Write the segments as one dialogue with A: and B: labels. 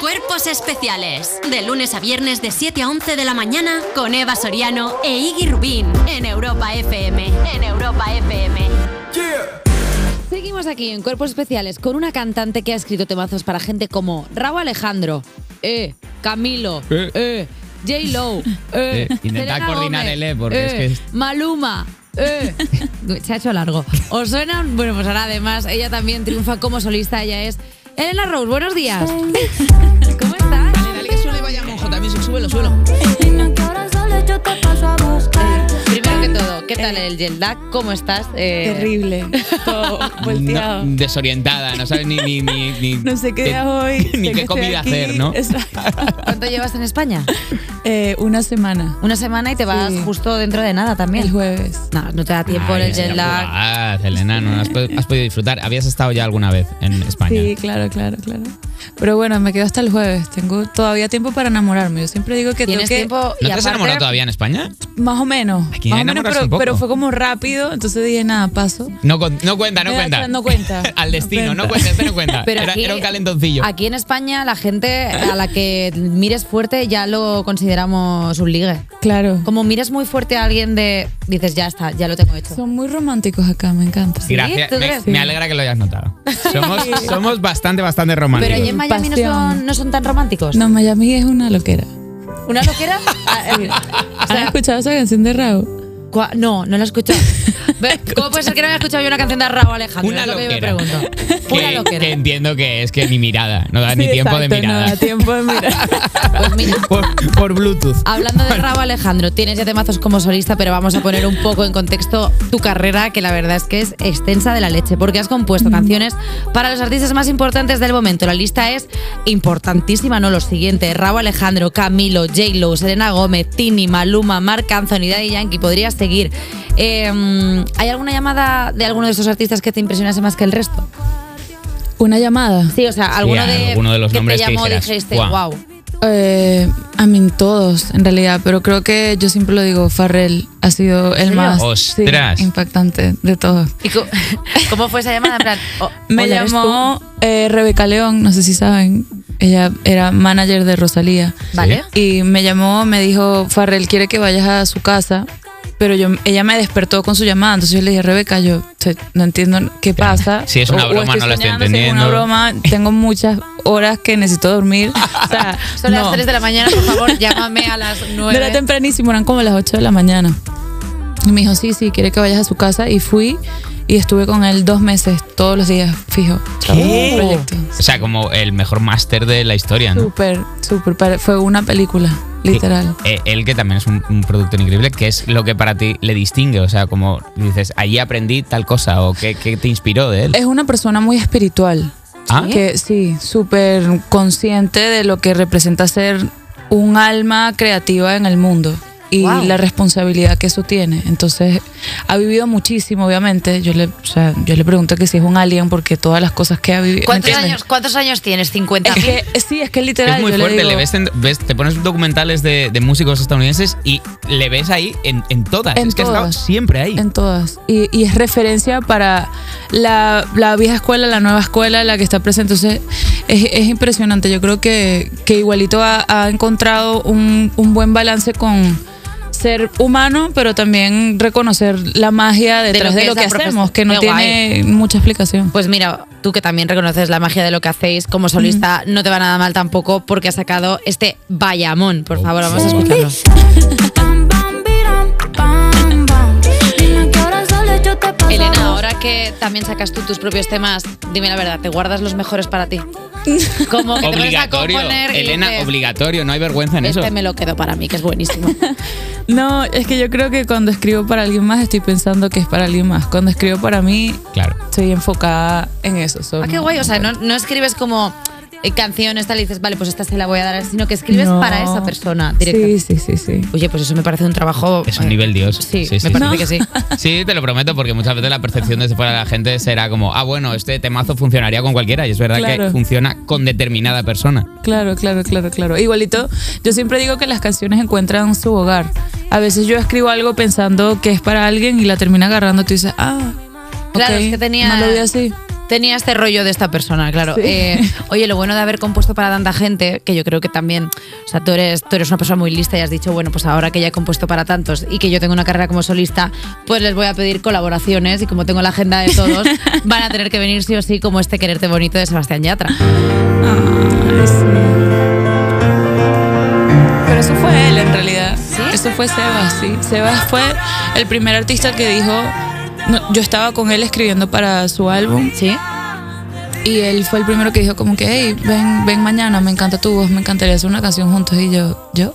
A: Cuerpos especiales. De lunes a viernes de 7 a 11 de la mañana con Eva Soriano e Iggy Rubín en Europa FM. En Europa FM.
B: Seguimos aquí en Cuerpos Especiales con una cantante que ha escrito temazos para gente como Raúl Alejandro, eh, Camilo, eh, J Lo, eh,
C: Eh, intentad
B: Selena
C: coordinar
B: Gómez, eh,
C: el E, porque es que es-
B: Maluma. eh. Se ha hecho largo. ¿Os suena? Bueno, pues ahora además ella también triunfa como solista. Ella es Elena Rose. Buenos días. ¿Cómo estás?
D: Dale que suene vaya monjo, también se sube, lo suelo.
B: Primero que todo, ¿qué tal el jet lag? ¿Cómo estás? Eh,
E: Terrible. Todo volteado.
C: No, desorientada, no sabes ni, ni, ni, ni-
E: No sé qué día hoy.
C: ni
E: sé
C: qué
E: que
C: comida
E: estoy aquí.
C: hacer, ¿no?
E: Exacto.
B: ¿Cuánto llevas en España?
E: Eh, una semana.
B: Una semana y te vas
E: Sí.
B: justo dentro de nada también.
E: El jueves.
B: No, no te da tiempo
C: Ay,
B: el jet lag.
C: Ah, Elena, no has, pod- has podido disfrutar. Habías estado ya alguna vez en España.
E: Sí, claro, claro, claro. Pero bueno, me quedo hasta el jueves. Tengo todavía tiempo para enamorarme. Yo siempre digo que tengo
B: Tienes
E: que.
B: tiempo y
C: ¿No te has
B: aparte-
C: enamorado todavía en España?
E: Más o menos.
C: Aquí
E: más o menos,
C: enamorarse
E: pero,
C: un poco.
E: pero fue como rápido. Entonces dije, nada, paso.
C: No, con- no cuenta, no
E: Eh,
C: cuenta.
E: no cuenta.
C: Al destino, no
E: No cuenta.
C: cuenta, este no cuenta.
B: Pero
C: era,
B: aquí-
C: era un calentoncillo.
B: Aquí en España la gente a la que mires fuerte ya lo consideramos un ligue.
E: Claro.
B: Como miras muy fuerte a alguien de... Dices, ya está, ya lo tengo hecho.
E: Son muy románticos acá, me encanta.
C: Gracias,
B: ¿tú
C: me,
B: crees?
C: me alegra que lo hayas notado. Somos, somos bastante, bastante
B: Pero
C: románticos.
B: allí en Miami no
E: Pasión.
B: son, no son tan románticos.
E: No, Miami es una loquera.
B: ¿Una loquera? Ah, eh, o
E: ¿Has
B: sea,
E: escuchado esa canción de Raúl?
B: cua- no, no la he escuchado. Ve, ¿Cómo puede ser que no haya escuchado yo una canción de Raúl Alejandro?
C: Una
B: Es lo que yo me
C: loquera.
B: pregunto.
C: Que,
B: Una loquera.
C: que entiendo que es que ni mirada, no da ni
E: Sí,
C: tiempo de
E: exacto,
C: mirada.
E: No da tiempo de mirar.
B: Pues mira,
C: por, por Bluetooth.
B: Hablando de Rabo Alejandro, tienes ya temazos como solista, pero vamos a poner un poco en contexto tu carrera, que la verdad es que es extensa de la leche, porque has compuesto
C: Mm.
B: canciones para los artistas más importantes del momento. La lista es importantísima, ¿no? Lo siguiente, Rabo Alejandro, Camilo, J-Lo, Selena Gómez, Tini, Maluma, Marc Anthony, Daddy Yankee, podrías seguir. Eh, ¿Hay alguna llamada de alguno de estos artistas que te impresionase más que el resto?
E: Una llamada.
B: Sí, o sea, alguno,
C: a
B: de,
C: alguno de los
B: que
C: nombres
B: te
C: que
B: llamó
C: dijeras,
B: dijiste,
C: "Guau".
B: wow.
E: Eh, a mí todos, en realidad, pero creo que yo siempre lo digo, Farrell ha sido el
B: serio?
E: más sí,
C: Ostras.
E: impactante de todos.
B: ¿Y co- cómo fue esa llamada? En plan, "Oh,
E: Me
B: hola, ¿eres tú?".
E: llamó eh, Rebeca León, no sé si saben, ella era manager de Rosalía.
B: ¿Vale?
E: Y me llamó, me dijo, Farrell quiere que vayas a su casa, pero yo, ella me despertó con su llamada, entonces yo le dije, Rebeca, yo te- no entiendo qué
C: Claro.
E: pasa.
C: Si es una broma, no la estoy
E: soñando, si es
C: entendiendo.
E: una broma, tengo muchas horas que necesito dormir. O sea,
B: Son las
E: no.
B: 3 de la mañana, por favor, llámame a las 9.
E: No era tempranísimo, eran como las 8 de la mañana. Y me dijo, sí, sí, quiere que vayas a su casa. Y fui y estuve con él dos meses, todos los días, fijo.
C: ¿Qué?
E: Un proyecto.
C: O sea, como el mejor máster de la historia, ¿no?
E: Súper, súper. pare- Fue una película, literal.
C: Eh, Él que también es un, un productor increíble, que es lo que para ti le distingue? O sea, como dices, allí aprendí tal cosa o qué, qué te inspiró de él.
E: Es una persona muy espiritual.
C: Ah.
E: Que sí, súper consciente de lo que representa ser un alma creativa en el mundo y
B: Wow.
E: la responsabilidad que eso tiene. Entonces, ha vivido muchísimo, obviamente. Yo le, o sea, yo le pregunto que si es un alien porque todas las cosas que ha vivido... ¿me
B: ¿Cuántos
E: entiendes?
B: años, ¿Cuántos años tienes? ¿50?
E: Es que, sí, es que literal...
C: Es muy
E: yo le
C: fuerte, le,
E: digo-
C: ves, en- ves- te pones documentales de, de músicos estadounidenses y le ves ahí en, en todas.
E: En
C: es que ha estado
E: todas.
C: siempre ahí.
E: En todas. Y, y es referencia para la, la vieja escuela, la nueva escuela, la que está presente. Entonces, es, es impresionante. Yo creo que, que igualito ha, ha encontrado un, un buen balance con ser humano, pero también reconocer la magia detrás de
B: que
E: lo
B: es
E: que,
B: la profes-
E: hacemos, que no
B: Qué guay.
E: tiene mucha explicación.
B: Pues mira, tú que también reconoces la magia de lo que hacéis como solista,
E: Mm.
B: no te va nada mal tampoco porque has sacado este Bayamón.
E: Oh.
B: Por favor, vamos a escucharlo. Elena, ahora que también sacas tú tus propios temas, dime la verdad, ¿te guardas los mejores para ti? Como que te pones a
C: Obligatorio,
B: componer y
C: Elena,
B: dices,
C: obligatorio, no hay vergüenza en eso.
B: Este me lo quedo para mí, que es buenísimo.
E: No, es que yo creo que cuando escribo para alguien más estoy pensando que es para alguien más. Cuando escribo para mí,
C: Claro.
E: estoy enfocada en eso. So,
B: Ah, qué
E: no-
B: guay. O sea, no, no escribes como eh, canción, esta le dices, vale, pues esta se la voy a dar, sino que escribes
E: No.
B: para esa persona directamente.
E: Sí, sí, sí, sí.
B: Oye, pues eso me parece un trabajo.
C: Es un
B: eh,
C: nivel dios.
B: Sí,
C: Sí, sí,
B: me parece
C: sí.
B: que sí.
C: Sí, te lo prometo, porque muchas veces la percepción desde fuera de la gente será como, ah, bueno, este temazo funcionaría con cualquiera, y es verdad que
E: Claro.
C: funciona con determinada persona.
E: Claro, claro, claro, claro. Igualito, yo siempre digo que las canciones encuentran su hogar. A veces yo escribo algo pensando que es para alguien y la termina agarrando. Tú dices, ah,
B: Claro,
E: ok,
B: es que tenía-
E: No lo vi así.
B: tenía este rollo de esta persona, claro. Eh, oye, lo bueno de haber compuesto para tanta gente, que yo creo que también, o sea, tú eres, tú eres una persona muy lista y has dicho, bueno, pues ahora que ya he compuesto para tantos y que yo tengo una carrera como solista, pues les voy a pedir colaboraciones y como tengo la agenda de todos, van a tener que venir sí o sí como este Quererte Bonito de Sebastián Yatra.
E: Pero eso fue él en realidad. Eso fue Sebas, sí. Sebas fue el primer artista que dijo. no, yo estaba con él escribiendo para su álbum
B: ¿Sí?
E: y él fue el primero que dijo como que, hey, ven, ven mañana, me encanta tu voz, me encantaría hacer una canción juntos. Y yo, yo.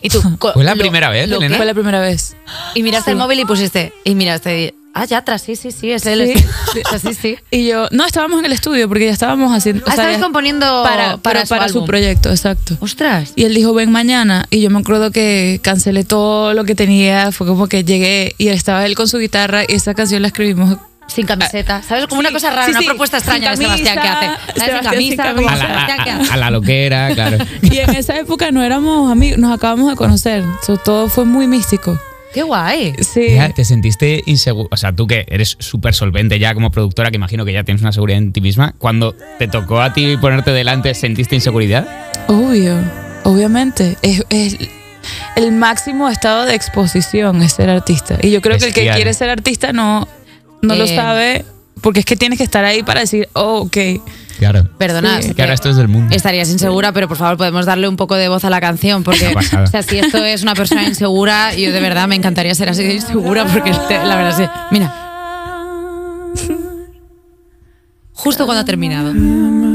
B: Y tú, co-
C: Fue la
B: lo-
C: primera vez,
B: lo que-
C: Elena.
E: Fue la primera vez.
B: Y miraste el móvil y pusiste, y miraste, ah, Yatra, sí, sí, sí, es él.
E: Sí.
B: es- o sea, sí, sí.
E: Y yo, no, estábamos en el estudio porque ya estábamos haciendo... o
B: Ah,
E: sea,
B: estabas
E: ya-
B: componiendo
E: para,
B: para
E: pero
B: su
E: para su,
B: álbum.
E: proyecto, exacto.
B: Ostras.
E: Y él dijo, ven mañana. Y yo me acuerdo que cancelé todo lo que tenía. Fue como que llegué y estaba él con su guitarra y esa canción la escribimos.
B: Sin camiseta, ¿sabes? Como
E: Ah, Sí,
B: una cosa rara,
E: sí,
B: una
E: sí.
B: propuesta
E: Sin
B: extraña de Sebastián que
E: camisa,
B: hace. ¿Sabes? Sin
E: Sebastián sin
B: camisa, como
E: camisa.
C: A la,
B: Sebastián
C: a-
B: que
C: a-
B: hace.
C: a la loquera, claro.
E: Y en esa época no éramos amigos, nos acabamos de conocer. So, todo fue muy místico.
B: Qué guay.
E: Sí.
C: Ya, ¿Te sentiste inseguro? O sea, tú que eres súper solvente ya como productora, que imagino que ya tienes una seguridad en ti misma, cuando te tocó a ti ponerte delante, ¿sentiste inseguridad?
E: Obvio, obviamente. Es, es el máximo estado de exposición es ser artista. Y yo creo que el que
C: Bestial.
E: quiere ser artista no, no lo
B: Eh.
E: sabe, porque es que tienes que estar ahí para decir, oh, ok.
C: Claro.
B: Perdonad.
E: Sí.
C: Que ahora esto es del mundo.
B: Estarías insegura, pero por favor podemos darle un poco de voz a la canción, porque
C: Una pasada.
B: o sea, si esto es una persona insegura, yo de verdad me encantaría ser así de insegura, porque te- la verdad sí. Mira. Justo cuando ha terminado. bueno.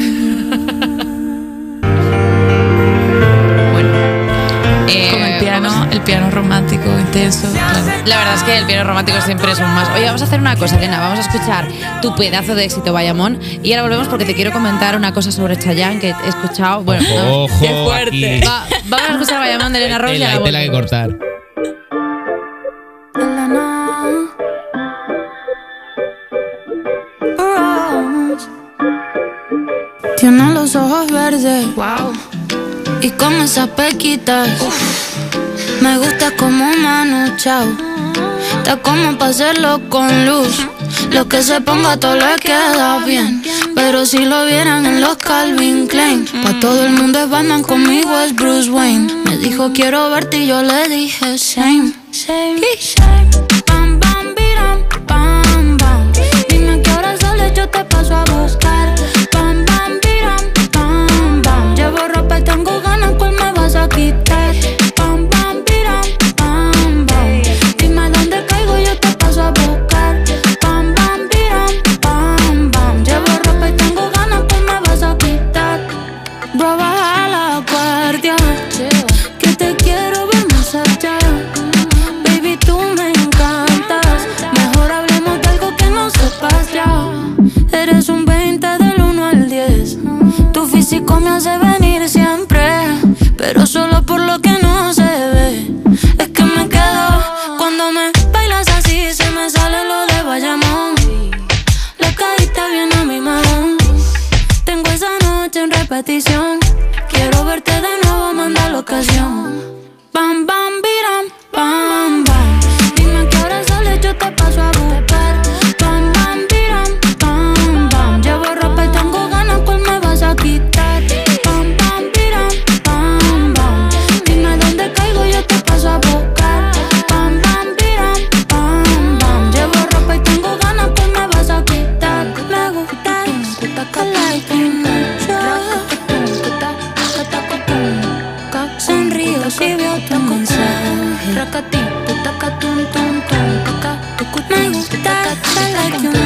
B: Eh,
E: Con el piano, el piano romántico, intenso. claro.
B: La verdad es que el piano romántico siempre es un más. Oye, vamos a hacer una cosa, Elena. Vamos a escuchar tu pedazo de éxito, Bayamón. Y ahora volvemos porque te quiero comentar una cosa sobre Chayanne que he escuchado. Bueno, no.
C: Ojo,
E: Qué fuerte.
C: aquí.
B: Va- vamos a escuchar Bayamón de Elena
C: Hay
B: Ross y
C: tela,
B: ahora
C: hay tela que
B: volvemos.
C: cortar.
F: Tiene los ojos verdes. Y con esas pequitas. Me gusta como mano, chao. Está como para hacerlo con luz. Lo que se ponga todo le queda bien. Pero si lo vieran en los Calvin Klein. Pa' todo el mundo es Batman, conmigo es Bruce Wayne. Me dijo quiero verte y yo le dije same. Same, same. Bam, bam, biram, bam, bam. Dime a qué hora sales, yo te paso a buscar. Bam, bam, biram, bam, bam. Llevo ropa y tengo ganas, ¿cuál me vas a quitar? Bam, bam, biram, bam, bam. Dime dónde caigo, yo te paso a buscar. Bam, bam, biram, bam, bam. Llevo ropa y tengo ganas, ¿cuál me vas a quitar? Bro, baja la guardia. Que te quiero ver más allá. Baby, tú me encantas. Mejor hablemos de algo que no sepas ya. Eres un 20 del 1 al 10. Tu físico me hace venir siempre. Pero solo por lo que no se ve. Es que me quedo cuando me bailas así. Se me sale lo de Bayamón. Le caíste bien a mi mamón. Tengo esa noche en repetición. Quiero verte de nuevo, manda la ocasión. Bam, bam, biram, bam, bam. Dime a qué hora sales, yo te paso a buscar. Bam, bam, biram, bam, bam. Llevo ropa y tengo ganas, ¿cuál me vas a quitar? Bam, bam, biram, bam, bam. Dime dónde caigo, yo te paso a buscar. Bam, bam, biram, bam, bam. Llevo ropa y tengo ganas, ¿cuál me vas a quitar? Me gusta, me gusta que like me mucho. Sonrío si veo tu mensaje. Me gusta que like you mucho.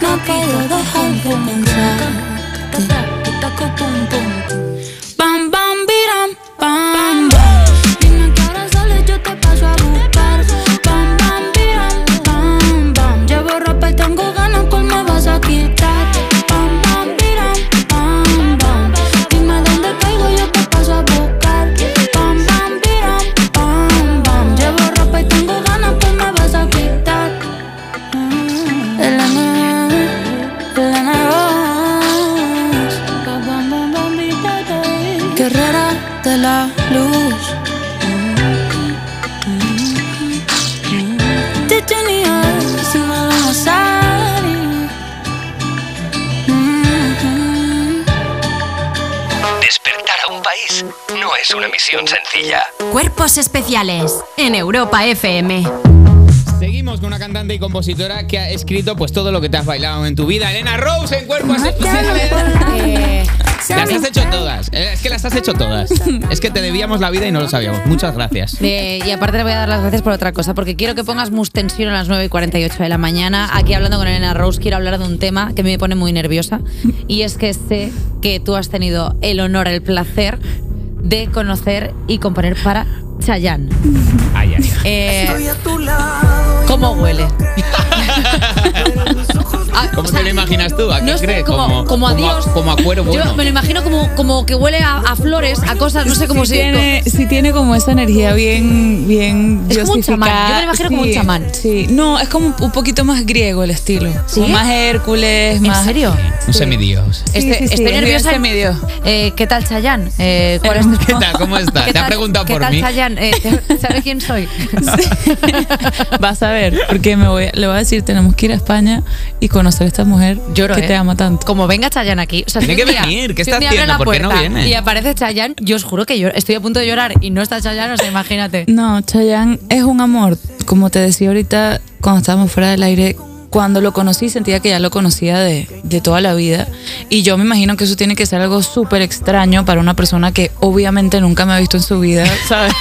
F: No puedo dejar de pensar. Bam, bam, biram, bam, bam. Dime que ahora sales, yo te paso a buscar. Bam, bam, biram, bam, bam. Llevo ropa y tengo ganas, ¿cuál me vas a quitar? Bam, bam, biram, bam, bam. Dime dónde caigo, yo te paso a buscar. Bam, bam, biram, bam, bam. Llevo ropa y tengo ganas, ¿cuál me vas a Ah, quitar? Elena, Elena, oh.
G: no es una misión sencilla.
A: Cuerpos especiales en Europa FM.
C: Seguimos con una cantante y compositora que ha escrito pues todo lo que te has bailado en tu vida. Elena Rose en cuerpos especiales.
B: Eh.
C: Las has hecho todas. Eh, Es que las has hecho todas. Es que te debíamos la vida y no lo sabíamos. Muchas gracias.
B: Eh, y aparte le voy a dar las gracias por otra cosa, porque quiero que pongas Mustensión a las 9 y 48 de la mañana. Aquí hablando con Elena Rose, quiero hablar de un tema que me pone muy nerviosa. Y es que sé que tú has tenido el honor, el placer de conocer y componer para Chayanne.
C: Ay, ay, ay.
B: Eh, ¿Cómo huele? Ah,
C: ¿Cómo
B: o sea,
C: te lo imaginas tú? ¿A qué
B: no sé,
C: crees?
B: como, como,
C: como
B: adiós.
C: como a cuero bueno.
B: Yo me lo imagino como, como que huele a, a flores, a cosas, no sé cómo
E: si
B: se
E: tiene, sí tiene como esa energía bien, bien
B: Es como un chamán,
E: diosificada.
B: yo me lo imagino como un
E: Sí,
B: chamán.
E: Sí, no, es como un- un poquito más griego el estilo. Como más Hércules,
B: ¿En
E: más.
B: serio?
C: No sé mi dios.
E: Sí,
B: Este-
E: sí, sí,
B: estoy
E: es bien
B: nerviosa.
E: semidios.
B: Eh, ¿Qué tal, Chayanne? Eh, ¿cuál es tu-
C: ¿Qué tal? ¿Cómo estás?
B: ¿Qué
C: Te ha
B: tal-
C: preguntado
B: qué
C: por
B: tal,
C: mí.
B: Chayanne? Eh, ¿te- ¿Sabe quién soy?
E: Vas a ver, porque me voy, le voy a decir, tenemos que ir a España y conocer a esta mujer
B: Lloro,
E: que
B: eh.
E: te ama tanto.
B: Como venga Chayanne aquí. O sea,
C: Tiene
B: si un
C: que
B: día-
C: venir, ¿qué
B: si un
C: está
B: día abre
C: haciendo?
B: la
C: ¿Por qué no
B: puerta
C: viene?
B: Y aparece Chayanne, yo os juro que lloro. estoy a punto de llorar y no está Chayanne, o sea, imagínate.
E: No, Chayanne es un amor. Como te decía ahorita, cuando estábamos fuera del aire, cuando lo conocí sentía que ya lo conocía de, de toda la vida. Y yo me imagino que eso tiene que ser algo súper extraño para una persona que obviamente nunca me ha visto en su vida, ¿sabes?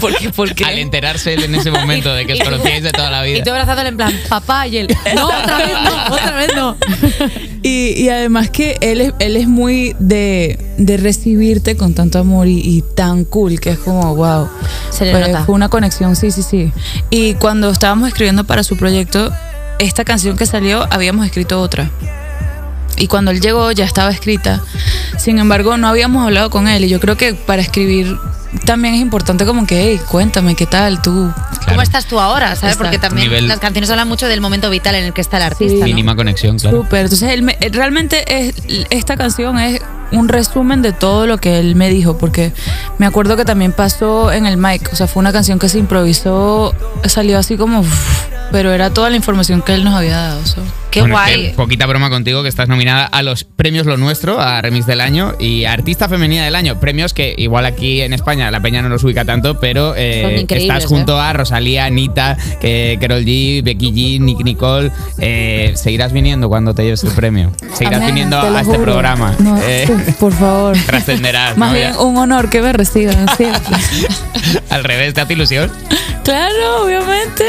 E: Porque, porque...
C: Al enterarse él en ese momento de que os conocíais de toda la
B: Y tú
C: vida.
B: abrazándole en plan, papá, y él, no, otra vez no, otra vez no.
E: Y, y además que él es, él es muy de, de recibirte con tanto amor y, y tan cool, que es como, wow.
B: Se le
E: Fue-
B: nota.
E: Fue una conexión, sí, sí, sí. Y cuando estábamos escribiendo para su proyecto, esta canción que salió, habíamos escrito otra. Y cuando él llegó ya estaba escrita. Sin embargo, no habíamos hablado con él. Y yo creo que para escribir también es importante como que, hey, cuéntame, ¿qué tal tú?
B: ¿Cómo estás tú ahora? ¿Sabes? Porque
E: Exacto.
B: también
C: Nivel-
B: las canciones hablan mucho del momento vital en el que está el artista. ¿no?
C: Mínima conexión, claro.
E: Súper. Entonces, él me- él realmente es, esta canción es un resumen de todo lo que él me dijo, porque me acuerdo que también pasó en el mic. O sea, fue una canción que se improvisó, salió así como. uf, pero era toda la información que él nos había dado. so.
B: Qué
C: Bueno,
B: guay.
C: que poquita broma contigo que estás nominada a los premios Lo Nuestro, a Remix del Año y a Artista Femenina del Año. Premios que igual aquí en España la peña no los ubica tanto, pero eh,
B: Son increíbles,
C: estás junto a Rosalía, Anita, que Carol G, Becky G, Nick Nicole. eh, seguirás viniendo cuando te lleves el premio. Seguirás
E: Amén,
C: viniendo
E: te lo
C: a este
E: juro.
C: programa.
E: No,
C: Eh,
E: sí, por favor.
C: Trascenderás.
E: Más
C: ¿no?
E: bien
C: Ya.
E: un honor que me reciban siempre.
C: Al revés, ¿te hace ilusión?
E: claro, obviamente.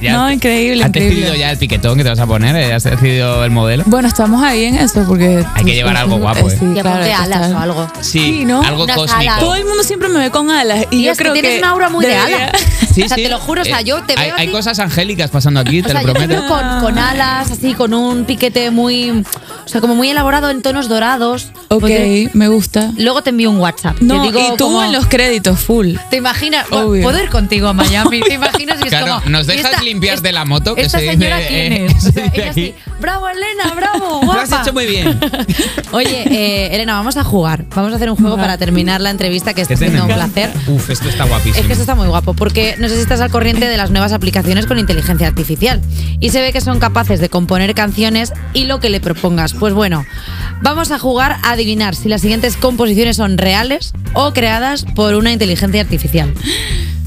C: Ya.
E: no, increíble,
C: ¿Has decidido
E: increíble.
C: ya el piquetón que te vas a poner? ¿Eh? ¿Has decidido el modelo?
E: Bueno, estamos ahí en eso porque.
C: Hay que llevar algo guapo, eh.
E: Sí,
B: Ya
E: claro,
B: ponte
E: hay que
B: alas
E: estar-
B: o algo.
C: Sí,
E: Sí, ¿no?
C: algo
B: Unas
C: cósmico.
B: alas.
E: Todo el mundo siempre me ve con alas. Y
B: Y
E: yo
B: es que
E: creo
B: tienes una aura muy de alas.
C: Sí,
B: O sea,
C: sí.
B: te lo juro, o sea,
C: Eh,
B: yo te
C: hay,
B: veo a
C: hay
B: ti-
C: cosas angélicas pasando aquí, te
B: O sea,
C: lo
B: yo te
C: prometo.
B: veo con, con alas, así, con un piquete muy. O sea, como muy elaborado en tonos dorados. Porque-
E: Ok, me gusta.
B: Luego te envío un WhatsApp. Te
E: No,
B: digo
E: y tú
B: como-
E: en los créditos, full.
B: ¿Te imaginas? Bueno,
E: Obvio.
B: Puedo ir contigo a Miami. ¿Te imaginas? Y es
C: Claro,
B: como,
C: ¿nos
B: ¿y
C: dejas
B: esta-
C: limpiar
B: es-
C: de la moto? Que
B: ¿Esta
C: se
B: señora
C: dice,
B: quién
C: eh,
B: es? O sea,
C: se dice
B: ella así,
C: aquí.
B: bravo, Elena, bravo,
C: Lo
B: guapa.
C: has hecho muy bien.
B: Oye, eh, Elena, vamos a jugar. Vamos a hacer un juego para terminar la entrevista, que está
C: ¿Qué
B: siendo un
C: tenemos?
B: placer.
C: Este Uf, esto está guapísimo.
B: Es que esto está muy guapo, porque no sé si estás al corriente de las nuevas aplicaciones con inteligencia artificial. Y se ve que son capaces de componer canciones y lo que le propongas. Pues bueno, vamos a jugar a adivinar si las siguientes composiciones son reales o creadas por una inteligencia artificial.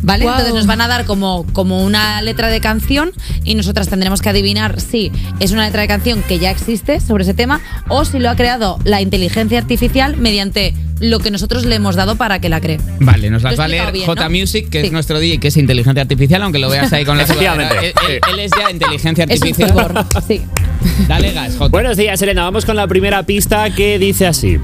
B: ¿Vale?
E: Guau.
B: Entonces nos van a dar como, como una letra de canción y nosotras tendremos que adivinar si es una letra de canción que ya existe sobre ese tema o si lo ha creado la inteligencia artificial mediante lo que nosotros le hemos dado para que la cree.
C: Vale, nos
B: Lo
C: las
B: he
C: va a leer
B: explicado bien,
C: J
B: ¿no?
C: Music, que
B: Sí.
C: es nuestro DJ, que es inteligencia artificial, aunque lo veas ahí con la
H: Efectivamente.
C: sudadera. Él, él- él es ya inteligencia
B: Es un
C: artificial.
B: favor. Sí.
C: Dale gas, J.
H: Buenos días, Elena. Vamos con la primera pista que dice así: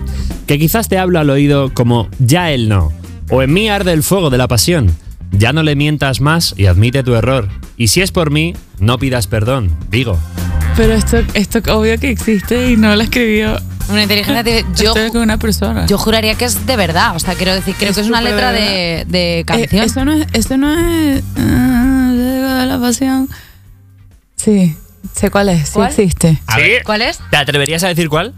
H: Que quizás te hablo al oído como ya él no, o en mí arde el fuego de la pasión. Ya no le mientas más y admite tu error. Y si es por mí, no pidas perdón. Digo,
E: Pero esto, esto obvio que existe y no lo escribió.
B: Una inteligencia artificial. Yo,
E: Estoy con una persona.
B: yo juraría que es de verdad. O sea, quiero decir, creo
E: Es
B: que es una
E: súper
B: letra de,
E: verdad.
B: de
E: Eh,
B: canción.
E: eso no es. Esto no es. ah, Luego de la pasión. Sí, sé cuál es. Sí
B: ¿Cuál?
E: existe.
C: A ver,
B: ¿Cuál es?
H: ¿Te atreverías a decir cuál?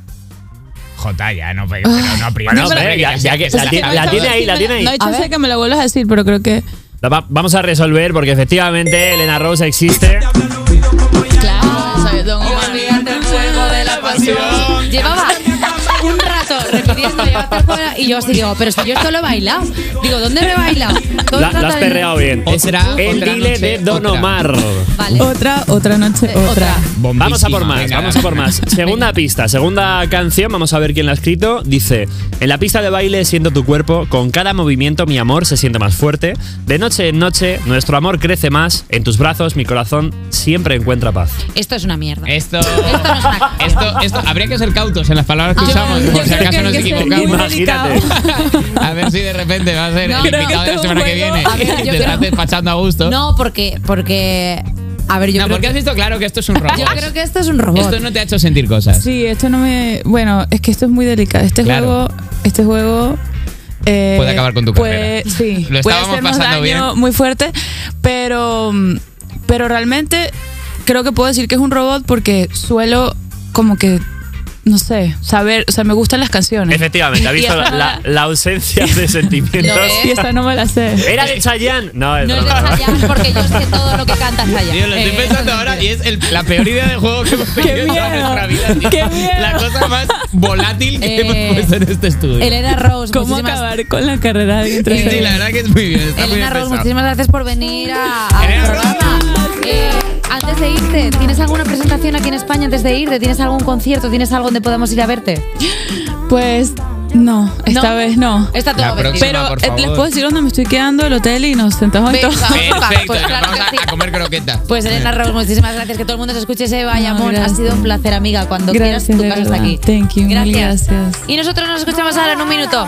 C: J, ya no, pero no aprietes.
H: Bueno,
C: hombre,
H: pero ya- ya
B: Pues
H: que- la
C: se
H: ti-
C: sabe
H: la
C: todo.
H: tiene ahí, la tiene ahí.
E: No, yo
B: A
E: sé
B: ver.
E: que me la vuelvas a decir, pero creo que.
H: La va- vamos a resolver porque efectivamente Elena Rose existe.
E: Claro, Don Omar.
B: Llevaba un rato repitiendo, llevaste el juego y yo así digo, pero si yo esto lo he bailado. Digo, ¿dónde me he bailado? Todo el
H: La,
B: rato
H: la has
B: ahí.
H: perreado bien.
C: Otra,
H: el
C: otra
H: dile
C: noche,
H: de Don
C: otra.
H: Omar.
B: Vale.
E: Otra, otra noche,
B: Eh,
E: otra.
H: Vamos a por más,
C: Venga,
H: vamos a por más. Segunda pista, segunda canción, vamos a ver quién la ha escrito. Dice, en la pista de baile siento tu cuerpo, con cada movimiento mi amor se siente más fuerte, de noche en noche nuestro amor crece más, en tus brazos mi corazón siempre encuentra paz.
B: Esto es una mierda.
C: Esto,
B: no es una-
C: Eh, esto, esto, habría que ser cautos en las palabras que
B: Ah,
C: usamos,
B: yo
C: por si
E: creo que
C: acaso
E: hay
C: nos
E: que ser
C: equivocamos.
H: Imagínate.
C: A ver si de repente va a ser
B: No,
C: el
B: no.
C: invitado de la
E: Esto es un
C: semana que
E: juego.
C: viene.
B: A ver, yo
C: Te estás
B: creo-
C: despachando a gusto.
B: No, porque, porque, a ver, yo
C: No,
B: creo
C: porque has
B: que,
C: visto claro que esto es un robot.
B: yo creo que esto es un robot.
C: Esto no te ha hecho sentir cosas.
E: Sí, esto no me. Bueno, es que esto es muy delicado. Este
C: Claro.
E: juego. Este juego. eh,
C: Puede acabar con tu
E: puede-
C: carrera.
E: Sí,
C: Lo
E: puede
C: estábamos
E: hacernos
C: pasando
E: daño
C: bien.
E: muy fuerte, pero, pero realmente creo que puedo decir que es un robot porque suelo como que, no sé, saber, o sea, me gustan las canciones.
H: Efectivamente, ha visto
E: Y
H: la,
E: esta-
H: la- la ausencia de sentimientos.
B: Lo es.
E: Y esta no me la sé.
H: ¿Era de Chayanne? No, es
B: No es de
H: broma.
B: Chayanne, porque yo sé todo lo que canta Chayanne.
C: Tío, lo estoy
B: Eh,
C: pensando ahora y es el- la peor idea de juego que hemos tenido en toda
E: miedo!
C: nuestra vida. tío.
E: ¡Qué miedo!
C: La cosa más volátil que
B: Eh,
C: hemos puesto en este estudio.
B: Elena Rose,
E: ¿Cómo
B: muchísimas-
E: acabar con la carrera de
C: Sí, sí, la
E: introducción?
C: verdad que es muy bien. Está Ah, muy
B: Elena
C: bien
B: Rose,
C: pensado.
B: muchísimas gracias por venir a, a
C: Elena
B: al
C: Rose.
B: programa. Eh, antes de irte, ¿tienes alguna presentación aquí en España antes de irte? ¿Tienes algún concierto? ¿Tienes algo donde podamos ir a verte?
E: Pues no, esta vez no.
B: Está todo
C: La
B: vendido.
C: próxima,
E: Pero
C: por
E: eh,
C: favor.
E: les puedo decir dónde me estoy quedando, el hotel y nos sentamos en
B: Venga.
E: todo.
C: Perfecto,
B: Pues
C: nos
B: claro
C: vamos
B: que sí.
C: a, a comer croquetas.
B: Pues Elena Rose, muchísimas gracias. Que todo el mundo se escuche ese Bayamón.
E: No,
B: ha
E: gracias.
B: sido un placer, amiga. Cuando
E: Gracias,
B: quieras, tu
E: de
B: casa está
E: verdad.
B: aquí.
E: Thank you, mil gracias.
B: Y nosotros nos escuchamos ahora en un minuto.